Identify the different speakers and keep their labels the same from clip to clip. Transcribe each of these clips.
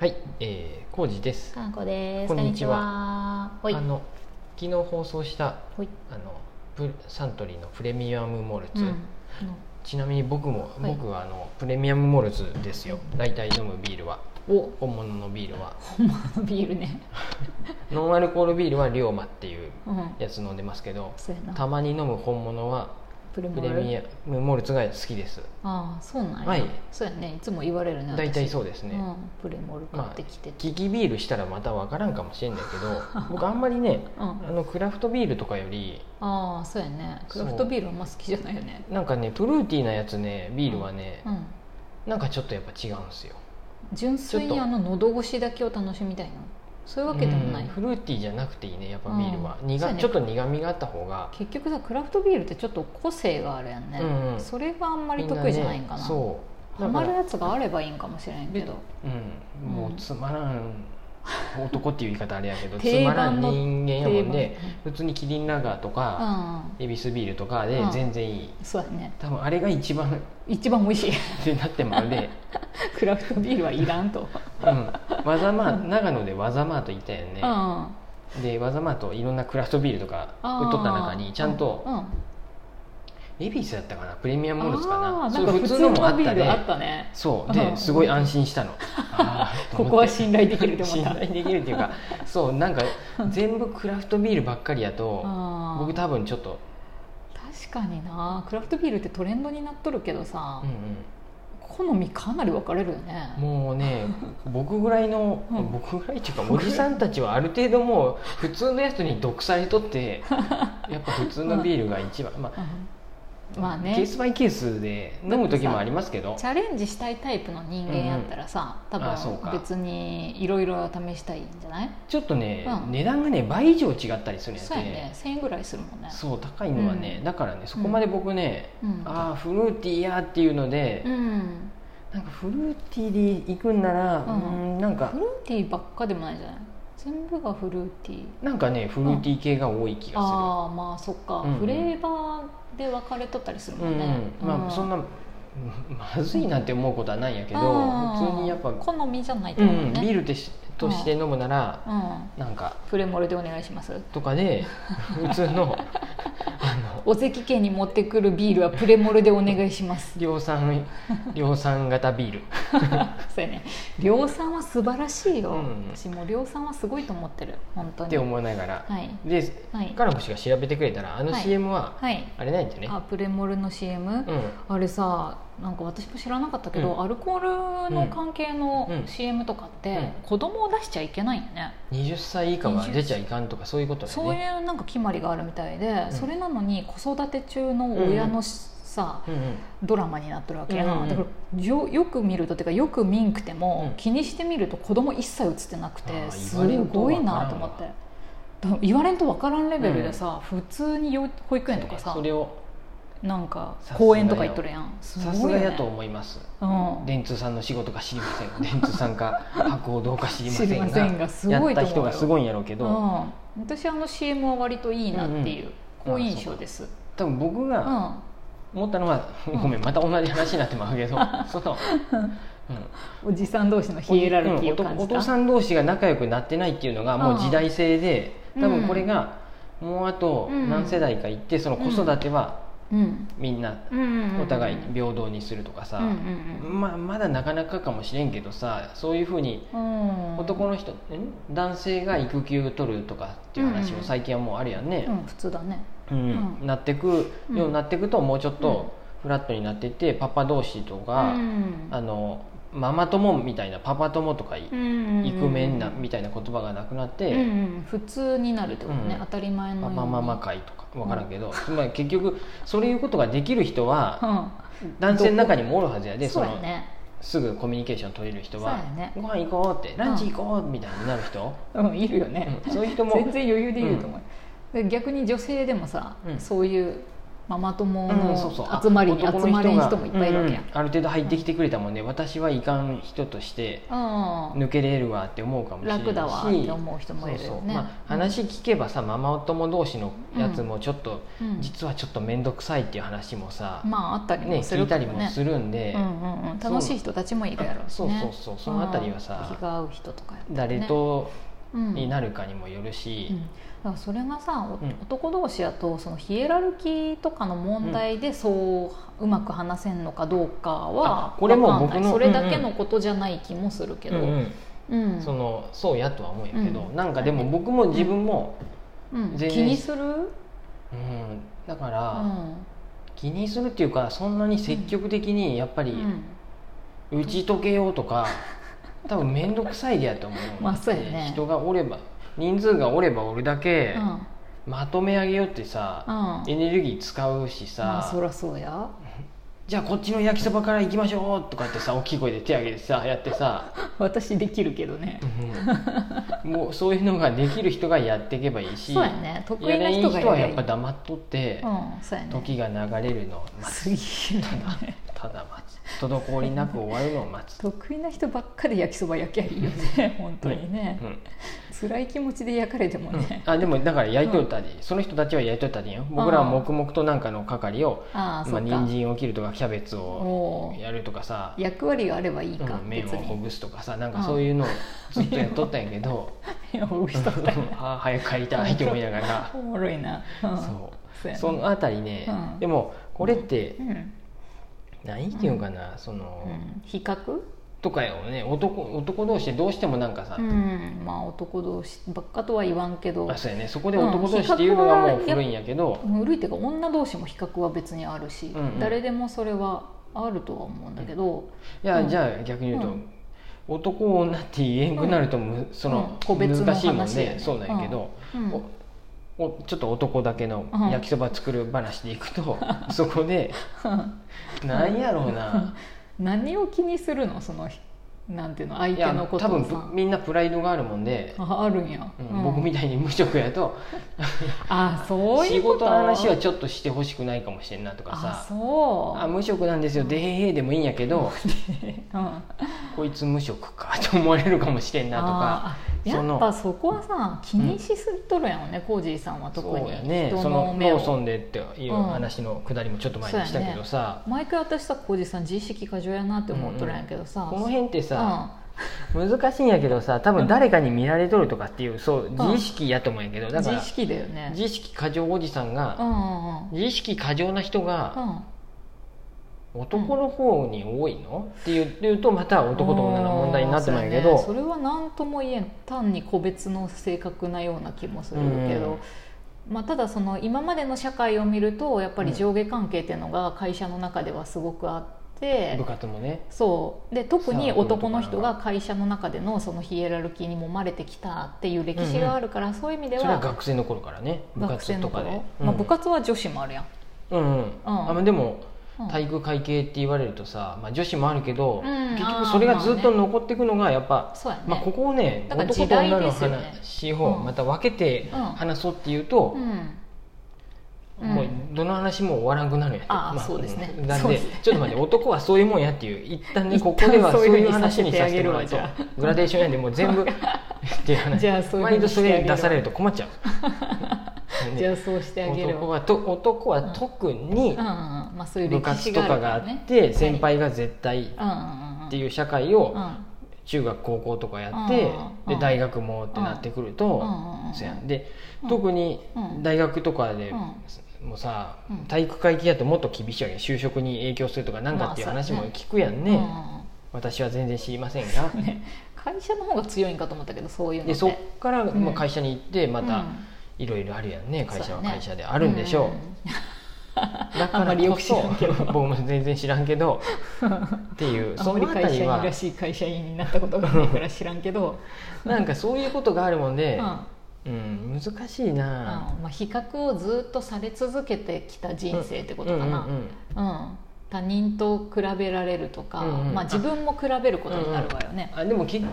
Speaker 1: はい、えー、康二です。
Speaker 2: かなこです。
Speaker 1: こんにち
Speaker 2: は。ほい。
Speaker 1: あの昨日放送した
Speaker 2: ほい。
Speaker 1: あのプサントリーのプレミアムモル
Speaker 2: う
Speaker 1: ツ、
Speaker 2: ん。あの
Speaker 1: ちなみに僕も、
Speaker 2: はい
Speaker 1: 僕はあのプレミアムモルツですよ。大体飲むビールは
Speaker 2: お、
Speaker 1: 本物のビールは
Speaker 2: 本物の ビールね。
Speaker 1: ノンアルコールビールは龍馬っていう
Speaker 2: うん。
Speaker 1: やつ飲んでますけど、
Speaker 2: そうや
Speaker 1: た
Speaker 2: な。
Speaker 1: まに飲む本物は
Speaker 2: プレ
Speaker 1: プ
Speaker 2: モ
Speaker 1: レ
Speaker 2: ル。
Speaker 1: ミアムモルツが好きです。
Speaker 2: ああ、そうなんや。
Speaker 1: はい
Speaker 2: そうやね。いつも言われるね。
Speaker 1: 大体
Speaker 2: う
Speaker 1: そうですね。
Speaker 2: うん。プレモル買ってきて。
Speaker 1: キキビールしたらまたわからんかもしれんだけど僕あんまりね
Speaker 2: うん。
Speaker 1: あのクラフトビールとかより
Speaker 2: ああ、そうやね。クラフトビールあんま好きじゃないよね。
Speaker 1: なんかねフルーティーなやつねビールはね、
Speaker 2: うん。
Speaker 1: なんかちょっとやっぱ違うんですよ
Speaker 2: 純粋
Speaker 1: ちょっ
Speaker 2: に
Speaker 1: と
Speaker 2: あの喉越しだけを楽しみたいな。そういうわけでもな
Speaker 1: うん
Speaker 2: い。
Speaker 1: フルーティーじゃなくていいねやっぱビールは、
Speaker 2: うん
Speaker 1: 苦
Speaker 2: そうね
Speaker 1: ちょっと苦みがあった方が
Speaker 2: 結局さクラフトビールってちょっと個性があるやんね、
Speaker 1: うんうん
Speaker 2: それがあんまり
Speaker 1: みん
Speaker 2: 得意じゃないんか
Speaker 1: ね
Speaker 2: な
Speaker 1: そう
Speaker 2: ハマる
Speaker 1: だか
Speaker 2: やつがあればいいんかもしれんけど
Speaker 1: らうんもうつまらん、男っていう言い方あれや けどつ
Speaker 2: 定
Speaker 1: まらん
Speaker 2: 番の
Speaker 1: 人間やもんで
Speaker 2: 定
Speaker 1: 普
Speaker 2: 番
Speaker 1: 通にキリンラガーとか、
Speaker 2: う
Speaker 1: エビスビールとかで
Speaker 2: うん
Speaker 1: 全然いい、
Speaker 2: ん、そうだね
Speaker 1: 多分あれが一番
Speaker 2: 一番美味しい
Speaker 1: ってなってまうで、
Speaker 2: クラフトビールはいらんと、
Speaker 1: うん、わざま長野でわざまーと言ったよね
Speaker 2: うん、あ
Speaker 1: でわざまといろんなクラフトビールとか
Speaker 2: ー
Speaker 1: 売っとった中にちゃんと
Speaker 2: うん
Speaker 1: 恵比寿だったかなプレミアムモルツか
Speaker 2: あ
Speaker 1: な
Speaker 2: ー
Speaker 1: そ
Speaker 2: な
Speaker 1: うんい
Speaker 2: か
Speaker 1: う
Speaker 2: 普通の
Speaker 1: もあっ
Speaker 2: ビ
Speaker 1: た
Speaker 2: ー
Speaker 1: で
Speaker 2: ルあったね
Speaker 1: そう
Speaker 2: う
Speaker 1: で
Speaker 2: ん
Speaker 1: すごい安心したのあーと
Speaker 2: こ
Speaker 1: 思って
Speaker 2: こは信頼できると思
Speaker 1: 信
Speaker 2: った
Speaker 1: 頼できるっていうか そうなんか全部クラフトビールばっかりやと
Speaker 2: あー
Speaker 1: 僕多分ちょっと
Speaker 2: 確かになクラフトビールってトレンドになっとるけどさ、
Speaker 1: うん
Speaker 2: 好みかなり分かれるよね
Speaker 1: うんもう ね僕ぐらいの
Speaker 2: うん
Speaker 1: 僕ぐらいっていうかおじさんたちはある程度もう普通のやつに毒されと ってやっぱ普通のビールが一番まあ
Speaker 2: うんまあ
Speaker 1: ケー
Speaker 2: ね
Speaker 1: スバイケースで飲む時もありますけど
Speaker 2: チャレンジしたいタイプの人間やったらさ、
Speaker 1: んあーそう
Speaker 2: 多
Speaker 1: か
Speaker 2: 分別にいろいろ試したいんじゃない
Speaker 1: ちょっとね、
Speaker 2: うん
Speaker 1: 値段がね倍以上違ったりするんやつ
Speaker 2: そうやね1000円ぐらいするもんね
Speaker 1: そう高いのはね、
Speaker 2: うん
Speaker 1: だからねそこまで僕ね、
Speaker 2: うん
Speaker 1: ああフルーティーやっていうので、
Speaker 2: うん
Speaker 1: なんかフルーティーで行くんなら、う、
Speaker 2: うん
Speaker 1: なんか
Speaker 2: フルーティーばっかでもないじゃない全部がフルーティー
Speaker 1: なんかねフルーティー系が多い気が
Speaker 2: ああまあそっか、
Speaker 1: うんうん
Speaker 2: フレーバーで分かれとったりする
Speaker 1: する、う
Speaker 2: も
Speaker 1: ん
Speaker 2: んね、
Speaker 1: うんまあそんなまずいなんて思うことはないんやけど、普通にやっぱ、う
Speaker 2: 好みじゃないと
Speaker 1: ん
Speaker 2: 思う
Speaker 1: ビ
Speaker 2: ね、
Speaker 1: ールとしとして飲むなら、
Speaker 2: うん
Speaker 1: なんか
Speaker 2: フレモルでお願いします
Speaker 1: とか で普通の
Speaker 2: お関家に持ってくるビールはプレモルでお願いし ます
Speaker 1: 量産量産型ビール
Speaker 2: そうやね量産は素晴らしいよ、
Speaker 1: うん
Speaker 2: 私もう量産はすごいと思ってる本当
Speaker 1: っ
Speaker 2: に
Speaker 1: て思いながら、
Speaker 2: はい
Speaker 1: で、
Speaker 2: はい
Speaker 1: カラコ氏が調べてくれたらあの
Speaker 2: はい
Speaker 1: CM は、
Speaker 2: はい
Speaker 1: あれないんだよね
Speaker 2: あプレモルの CM、
Speaker 1: う
Speaker 2: あれさなんか私も知らなかったけど、
Speaker 1: うん
Speaker 2: アルコールの関係
Speaker 1: う
Speaker 2: の
Speaker 1: ん
Speaker 2: CM とかって、
Speaker 1: うん
Speaker 2: 子供を出しちゃいけないよね、
Speaker 1: ん、20歳以下は出ちゃいかんとかそういうことだ
Speaker 2: そう
Speaker 1: よ
Speaker 2: いう
Speaker 1: ね
Speaker 2: なんか決まりがあるみたいで、
Speaker 1: ん
Speaker 2: それなのに子育て中の親のさ、
Speaker 1: うんうん
Speaker 2: ドラマになってるわけや、
Speaker 1: うんうん
Speaker 2: だからよよく見るとていうかよく見んくても、
Speaker 1: うん
Speaker 2: 気にしてみると子供一切映ってなくて
Speaker 1: あー
Speaker 2: す
Speaker 1: 言われんと
Speaker 2: ご
Speaker 1: わ
Speaker 2: い
Speaker 1: からんわ
Speaker 2: なと思ってだ言われんと分からんレベルでさ、普通に幼保育園とかさ、
Speaker 1: それを
Speaker 2: なんか
Speaker 1: さすがよ
Speaker 2: 公園とか行っとるやんす
Speaker 1: さす
Speaker 2: ごい
Speaker 1: が
Speaker 2: よ
Speaker 1: や
Speaker 2: ね
Speaker 1: と思います、
Speaker 2: うん
Speaker 1: 電通さんの仕事か知りませ ん電通さんか白鵬どうか知りません
Speaker 2: 知り
Speaker 1: が
Speaker 2: ませんがすごいと思うよ
Speaker 1: やった人がすごいんやろうけ
Speaker 2: う
Speaker 1: ど、
Speaker 2: ん、私あの CM は割といいなっていう
Speaker 1: うんうん
Speaker 2: 好印象です
Speaker 1: 多分僕
Speaker 2: うん
Speaker 1: が
Speaker 2: お
Speaker 1: 思ったのは、
Speaker 2: ん
Speaker 1: ごめんまた同じ話になってまう けどその、うん
Speaker 2: じさん同士のヒエラルキーを
Speaker 1: う
Speaker 2: 感
Speaker 1: んお
Speaker 2: じ
Speaker 1: 父お
Speaker 2: た
Speaker 1: 父さん同士が仲良くなってないっていうのがもう時代性で
Speaker 2: うん
Speaker 1: 多分これがもうあと何世代か行ってその子育ては
Speaker 2: うん
Speaker 1: みんな
Speaker 2: うんうんうん
Speaker 1: お互いに平等にするとか
Speaker 2: うん
Speaker 1: さ、まあまだなかなかかもしれんけどさそういうふうに
Speaker 2: うんうん
Speaker 1: 男の人、ん男性が育休取るとかっていう話
Speaker 2: う
Speaker 1: も
Speaker 2: ん
Speaker 1: 最近はもうあるやんね
Speaker 2: う、ん普通だね
Speaker 1: うん
Speaker 2: う
Speaker 1: なってくようになってくともうちょっとフラットになってってパパ同士とか、
Speaker 2: うん
Speaker 1: あのママ友みたいなパパ友とかいイクメンなみたいな言葉がなくなっ
Speaker 2: う
Speaker 1: て、
Speaker 2: んうん普通になるってこと
Speaker 1: う
Speaker 2: ね、
Speaker 1: ん
Speaker 2: 当たり前の
Speaker 1: マ
Speaker 2: ように
Speaker 1: マママ会とか分からんけど、つまり結局そういうことができる人は
Speaker 2: う
Speaker 1: 男性の中にもおるはずや
Speaker 2: ん
Speaker 1: で
Speaker 2: そうや
Speaker 1: の
Speaker 2: ね
Speaker 1: すぐコミュニケーション取れる人は
Speaker 2: そうやね
Speaker 1: ご飯行こうってランチ行こうみたいになる人、
Speaker 2: うんいるよね
Speaker 1: うんそういう人も
Speaker 2: 全然余裕で言うと思う、で逆に女性でもさ、
Speaker 1: うん
Speaker 2: そういうママ友
Speaker 1: うんそうそう
Speaker 2: の集まりに集
Speaker 1: 男の
Speaker 2: まれん
Speaker 1: が
Speaker 2: 人もいっぱいいるわけや
Speaker 1: うんうんある程度入ってきてくれたもんね私はいかん人として
Speaker 2: うん
Speaker 1: 抜けれるわって思うかもしれないし
Speaker 2: 楽だわって思う人もいる
Speaker 1: そう
Speaker 2: よ
Speaker 1: そう
Speaker 2: ね
Speaker 1: まあ、話聞けばさママ友同士のやつもちょっと、
Speaker 2: うん
Speaker 1: 実はちょっと面倒くさいっていう話もさ、
Speaker 2: まああったり
Speaker 1: ね、
Speaker 2: もす
Speaker 1: 聞
Speaker 2: る
Speaker 1: いた
Speaker 2: から
Speaker 1: りも
Speaker 2: ね
Speaker 1: するんで、
Speaker 2: うんうんうん楽しい人たちもいるやろし
Speaker 1: そう
Speaker 2: ね
Speaker 1: そうそうそのあたりはさ
Speaker 2: うん気が合う人とかやったらね
Speaker 1: 誰と
Speaker 2: うん
Speaker 1: になるかにもよるし、
Speaker 2: うんだからそれがさお
Speaker 1: うん
Speaker 2: 男同士やとそのヒエラルキーとかの問題でそううまく話せんのかどうかは
Speaker 1: あこれも
Speaker 2: わかん
Speaker 1: 僕
Speaker 2: ない
Speaker 1: の
Speaker 2: それだけのことじゃない気もするけど
Speaker 1: うん
Speaker 2: うん
Speaker 1: そのそうやとは思うんやけど、
Speaker 2: うん
Speaker 1: なんかでも僕も自分も、
Speaker 2: うん
Speaker 1: 全然
Speaker 2: 気にする
Speaker 1: うん、だか
Speaker 2: う
Speaker 1: ら、
Speaker 2: ん
Speaker 1: 気にするっていうかそんなに積極的にやっぱり
Speaker 2: うん
Speaker 1: 打ち解けようとか、多分面倒くさいでやと思う
Speaker 2: まあそうやね
Speaker 1: 人がおれば人数がおればおるだけ、
Speaker 2: うん
Speaker 1: まとめ上げようってさ、エ
Speaker 2: ま
Speaker 1: ネルギー使うし
Speaker 2: あ
Speaker 1: さ、
Speaker 2: そらそうや
Speaker 1: じゃあこっちの焼きそばから行きましょうとかってさ大きい声で手挙げてさやってさ、
Speaker 2: 私できるけどね
Speaker 1: うんもうそういうのができる人がやっていけばいいし
Speaker 2: そうやね得
Speaker 1: や
Speaker 2: 意な
Speaker 1: れん
Speaker 2: 人が
Speaker 1: 人は
Speaker 2: りゃ
Speaker 1: や
Speaker 2: い
Speaker 1: っ
Speaker 2: い
Speaker 1: ぱ黙っとって、
Speaker 2: うんそうやね
Speaker 1: 時が流れるのを待つ
Speaker 2: すげえ ね
Speaker 1: ただ待つ滞りなく終わるのを待つ、
Speaker 2: 得意な人ばっかり焼きそば焼きゃいいよね本当にね
Speaker 1: うん
Speaker 2: 辛い気持ちで焼かれてもね、
Speaker 1: あでもだから焼いといたり、その人たちは焼いといたりよ僕らは黙々となんかの係を
Speaker 2: ああそ
Speaker 1: まあ
Speaker 2: っ
Speaker 1: 人
Speaker 2: か
Speaker 1: 参を切るとかキャベツを
Speaker 2: おー
Speaker 1: やるとかさ、
Speaker 2: 役割があればいいか、
Speaker 1: うん
Speaker 2: 別
Speaker 1: 麺をほ
Speaker 2: に
Speaker 1: ぐすとかさなんかそういうのをずっとやっとったんやけど
Speaker 2: 麺をほぐしとった
Speaker 1: ああ早く帰りたいって思いながら
Speaker 2: おもろいな、うん、
Speaker 1: そう
Speaker 2: や
Speaker 1: う
Speaker 2: ね
Speaker 1: そのあたりね、
Speaker 2: うん
Speaker 1: でもこれって
Speaker 2: うん、うん
Speaker 1: 何ていうのかな、その、
Speaker 2: 比較
Speaker 1: とかよね男男同士でどうしてもなんかさ、
Speaker 2: うんまあ男同士ばっかとは言わんけど
Speaker 1: あそうやねそこで男同士っていうのがもう古いんやけど、
Speaker 2: 古いっていうか女同士も比較は別にあるし、
Speaker 1: うんうん
Speaker 2: 誰でもそれはあるとは思うんだけど、
Speaker 1: いや、
Speaker 2: うん
Speaker 1: じゃあ逆に言うと、
Speaker 2: う
Speaker 1: 男女って言えんくなるとむ、その、
Speaker 2: うん個別の
Speaker 1: 難しいもん
Speaker 2: 話や
Speaker 1: で、
Speaker 2: ね
Speaker 1: そうなんやけど、
Speaker 2: うん
Speaker 1: おおちょっと男だけの
Speaker 2: うん
Speaker 1: 焼きそば作る話でいくと、そこでなんやろうな、
Speaker 2: 何を気にするのそのなんていうの相
Speaker 1: い
Speaker 2: 手
Speaker 1: や
Speaker 2: のこと
Speaker 1: 多
Speaker 2: を
Speaker 1: 分
Speaker 2: さ
Speaker 1: みんなプライドがあるもんで、
Speaker 2: ああるんや、
Speaker 1: うん僕みたいに無職やと
Speaker 2: あそうい
Speaker 1: 仕
Speaker 2: うこと
Speaker 1: 事の話はちょっとしてほしくないかもしれんなとか
Speaker 2: あ
Speaker 1: さ
Speaker 2: そ
Speaker 1: あ
Speaker 2: う
Speaker 1: 無職なんですよでへへでもいいんやけど
Speaker 2: うん
Speaker 1: こいつ無職かと思われるかもしれんなとか
Speaker 2: あー
Speaker 1: その
Speaker 2: やっぱそこはさ気にしすぎとるやんね、コージーさんは特
Speaker 1: そう
Speaker 2: に
Speaker 1: やね
Speaker 2: 人
Speaker 1: その
Speaker 2: の目
Speaker 1: ロ
Speaker 2: を
Speaker 1: ーソンでっていう
Speaker 2: うん
Speaker 1: 話のくだりもちょっと前にしたけどさ、
Speaker 2: 毎回私さコージーさん自意識過剰やなって思っとるんやけどさ、
Speaker 1: この辺ってさ、
Speaker 2: う
Speaker 1: 難しいんやけどさ多分誰かに見られとるとかっていうそう自意識やと思うんやけど
Speaker 2: ん
Speaker 1: だか
Speaker 2: 自意
Speaker 1: ら
Speaker 2: 識だよね
Speaker 1: 自意識過剰おじさん
Speaker 2: うん
Speaker 1: が
Speaker 2: うんうん
Speaker 1: 自意識過剰な人が
Speaker 2: うん
Speaker 1: 男の方に多いのっていう言うとまた男と女の問題になってまうんやけ
Speaker 2: あー
Speaker 1: ど
Speaker 2: そうやねそれは何とも言えん単に個別の性格なような気もするけど、まあ、ただその今までの社会を見るとやっぱり上下関係っていうのが会社の中ではすごくあって、
Speaker 1: 部活もね
Speaker 2: そうで特に
Speaker 1: さあ
Speaker 2: 男の人が会社の中でのそのヒエラルキーに揉まれてきたっていう歴史があるから、そういう意味で
Speaker 1: それは
Speaker 2: は
Speaker 1: 学生の頃からね部
Speaker 2: 学生
Speaker 1: 活と
Speaker 2: の
Speaker 1: か
Speaker 2: 頃
Speaker 1: で、
Speaker 2: まあ、部
Speaker 1: うん
Speaker 2: 活は女子もあるやん、
Speaker 1: うんうんあまあでも
Speaker 2: うん
Speaker 1: 体育会系って言われるとさ、まあ、女子もあるけど、
Speaker 2: うん
Speaker 1: 結
Speaker 2: あ
Speaker 1: 局
Speaker 2: ー
Speaker 1: それがずっと残っていくのがやっぱ、
Speaker 2: そうやね、
Speaker 1: まあ、ここをね
Speaker 2: だから
Speaker 1: 男と
Speaker 2: 時代
Speaker 1: 女の
Speaker 2: ですよね
Speaker 1: 話を
Speaker 2: うん
Speaker 1: また分けて
Speaker 2: うん
Speaker 1: 話そうっていうと、
Speaker 2: うんうん
Speaker 1: もうどの話も終わらんくなるんやと
Speaker 2: あーそうですね
Speaker 1: んなん
Speaker 2: そう
Speaker 1: で
Speaker 2: ですね
Speaker 1: ちょっと待って男はそういうもんやっていう一旦ね
Speaker 2: 一旦
Speaker 1: ここでは
Speaker 2: そ
Speaker 1: そうう
Speaker 2: いうふうに
Speaker 1: いう話にさせてもらうと
Speaker 2: させてあげるわ
Speaker 1: グラデーションやんでもう 全部っていう話
Speaker 2: じゃあそういうふう
Speaker 1: 毎
Speaker 2: に
Speaker 1: 度
Speaker 2: して
Speaker 1: そ
Speaker 2: あげるわ
Speaker 1: れ出されると困っちゃう
Speaker 2: じゃあそうしてあげる
Speaker 1: 男
Speaker 2: わ
Speaker 1: はと男は特に
Speaker 2: うんうんうんまあ、そういう
Speaker 1: 部
Speaker 2: 歴
Speaker 1: 活
Speaker 2: 史
Speaker 1: と
Speaker 2: があ
Speaker 1: か
Speaker 2: るか
Speaker 1: があ
Speaker 2: ら
Speaker 1: っ
Speaker 2: ね
Speaker 1: て先輩が絶対
Speaker 2: うんうんうんうん
Speaker 1: っていう社会を
Speaker 2: うん
Speaker 1: 中学高校とかやって
Speaker 2: うん
Speaker 1: で大学もってなってくる
Speaker 2: う
Speaker 1: と
Speaker 2: んうん
Speaker 1: そうやんで特に
Speaker 2: うん
Speaker 1: 大学とかで
Speaker 2: う
Speaker 1: もさ
Speaker 2: うん
Speaker 1: 体育会系だともっと厳しいわけ就職に影響するとかなんかっていう
Speaker 2: まあ
Speaker 1: 話
Speaker 2: そうや
Speaker 1: も
Speaker 2: ね
Speaker 1: 聞くやん
Speaker 2: うんう
Speaker 1: ね
Speaker 2: ん
Speaker 1: 私は全然知りませんが
Speaker 2: うんね会社の方が強いんかと思ったけどそういうの
Speaker 1: で
Speaker 2: ね
Speaker 1: そっから
Speaker 2: ん
Speaker 1: まあ会社に行ってま
Speaker 2: う
Speaker 1: た
Speaker 2: ん
Speaker 1: いろいろあるやんね会社は
Speaker 2: そうやね
Speaker 1: 会社であるんでしょう
Speaker 2: ん
Speaker 1: だか
Speaker 2: あんま
Speaker 1: ら
Speaker 2: りよ
Speaker 1: こ
Speaker 2: く知ら
Speaker 1: そ
Speaker 2: んけど
Speaker 1: 僕も全然知らんけどっていう
Speaker 2: あん
Speaker 1: そ
Speaker 2: まり
Speaker 1: のあた
Speaker 2: 会
Speaker 1: り
Speaker 2: 社員
Speaker 1: は
Speaker 2: らしい会社員になったことがないから知らんけど、
Speaker 1: なんかそういうことがあるもん
Speaker 2: うん
Speaker 1: で
Speaker 2: うん
Speaker 1: うん難しいな
Speaker 2: まあ、比較をずっとされ続けてきた人生ってことかな、
Speaker 1: うんうんうん
Speaker 2: うん他人と比べられるとか、
Speaker 1: うんうん
Speaker 2: まあ、自分も比べることになるわよね、
Speaker 1: あでもき
Speaker 2: うん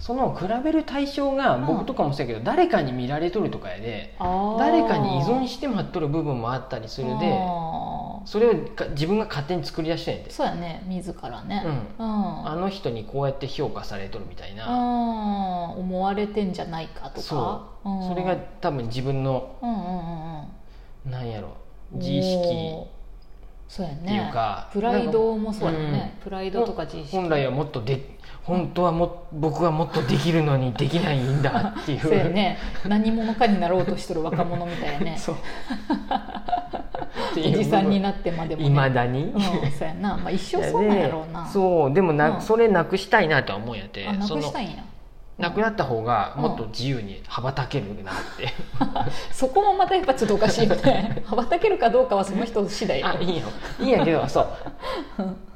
Speaker 1: その比べる対象が
Speaker 2: うん
Speaker 1: 僕とかもそうやけど誰かに見られとるとかやで
Speaker 2: あー
Speaker 1: 誰かに依存してまっとる部分もあったりするで
Speaker 2: あー
Speaker 1: それをか自分が勝手に作り出してんやて
Speaker 2: そうやね自らねうん、
Speaker 1: あ
Speaker 2: あ
Speaker 1: の人にこうやって評価されとるみたいな
Speaker 2: あ思われてんじゃないかとか
Speaker 1: そ
Speaker 2: うん
Speaker 1: それが多分自分の
Speaker 2: うんうんうんうん
Speaker 1: なんやろ自意識
Speaker 2: おーそうやね
Speaker 1: っていうか
Speaker 2: プライドもそうやね、プライドとか自意識
Speaker 1: 本来はもっとで本当はも僕はもっとできるのにできないんだっていう
Speaker 2: そうやね何者かになろうとしとる若者みたいやね
Speaker 1: そう
Speaker 2: おじさんになってまでも、ね、
Speaker 1: いまだに、
Speaker 2: うん、そうやな、まあ、一生そうなんやろう な
Speaker 1: そうでもな、
Speaker 2: うん
Speaker 1: それなくしたいなとは思うんやて
Speaker 2: あなくし
Speaker 1: そ
Speaker 2: た
Speaker 1: の
Speaker 2: いんや
Speaker 1: なくなった方がもっと自由に羽ばたけるなって、
Speaker 2: そこもまたやっぱちょっとおかしいよね羽ばたけるかどうかはその人次 第
Speaker 1: あいいよいいんや けどそう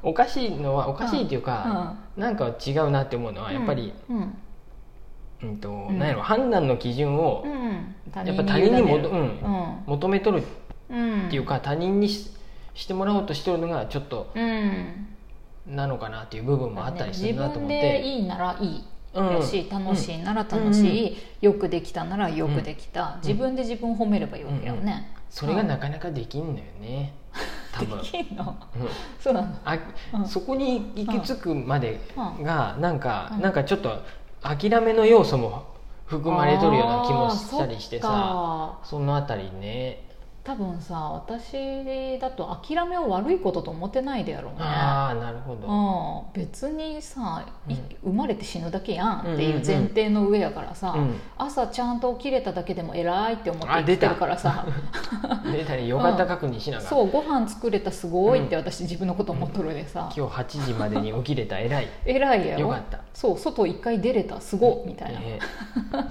Speaker 1: おかしいのはおかしいっていうか、なんか違うなって思うのはやっぱり、
Speaker 2: うんうん
Speaker 1: うんと
Speaker 2: ん
Speaker 1: なんやろ判断の基準を、
Speaker 2: うん、他
Speaker 1: やっぱ他人に
Speaker 2: 委ね
Speaker 1: も
Speaker 2: る
Speaker 1: ど、うん求めとる
Speaker 2: うん、
Speaker 1: っていう
Speaker 2: か
Speaker 1: か他人にししてもらおうとしてるのがちょっと
Speaker 2: うん
Speaker 1: なのかなっていう部分もあったりするなと思っ
Speaker 2: 自分で
Speaker 1: て、
Speaker 2: いいならいい
Speaker 1: うん
Speaker 2: やし、楽しいなら楽しい、よくできたならよくできた、自分で自分を褒めればいいわけよね、
Speaker 1: それがなかなかできんのよね多分、
Speaker 2: できんの
Speaker 1: うん
Speaker 2: そうなの
Speaker 1: あ
Speaker 2: うん
Speaker 1: そこに行き着くまでがなんか、
Speaker 2: うん
Speaker 1: なんかちょっと諦めの要素も含まれとるような気もしたりしてさ
Speaker 2: あーそっか
Speaker 1: そのあたりね
Speaker 2: 多分さ私だと諦めを悪いことと思ってないでやろうね
Speaker 1: ああなるほど、
Speaker 2: うん別にさ、い
Speaker 1: うん
Speaker 2: 生まれて死ぬだけやんっていう前提の上やからさ、
Speaker 1: う
Speaker 2: 朝ちゃんと起きれただけでも偉いって思って
Speaker 1: あ
Speaker 2: 生きてるからさ
Speaker 1: ん、でたりよかった確認しながら、
Speaker 2: そうご飯作れたすごいって私自分のこと思っとるでさ、
Speaker 1: 今日8時までに起きれた偉い
Speaker 2: 偉いやろ
Speaker 1: よかった
Speaker 2: そう外一回出れたすごっみたいな、
Speaker 1: ね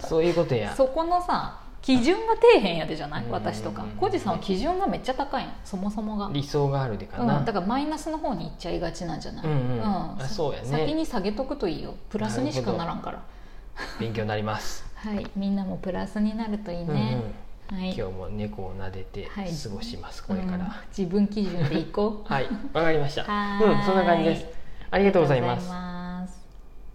Speaker 1: そういうことや
Speaker 2: そこのさ基準が底辺やでじゃない
Speaker 1: うん
Speaker 2: 私とかコジさんは基準がめっちゃ高いのそもそもが、うん、
Speaker 1: 理想があるでかな、
Speaker 2: だからマイナスの方に行っちゃいがちなんじゃない、
Speaker 1: うんうんあ
Speaker 2: さ
Speaker 1: そうやね
Speaker 2: 先に下げとくといいよプラスにしかならんから
Speaker 1: 勉強になります、
Speaker 2: はいみんなもプラスになるといい
Speaker 1: うん
Speaker 2: ね、は
Speaker 1: うん、
Speaker 2: い
Speaker 1: 今日も猫を撫でて
Speaker 2: はい
Speaker 1: 過ごします、これから、
Speaker 2: うん自分基準でいこ う
Speaker 1: はいわかりました
Speaker 2: はーい
Speaker 1: うんそんな感じですありがとうございます
Speaker 2: ありがとうございます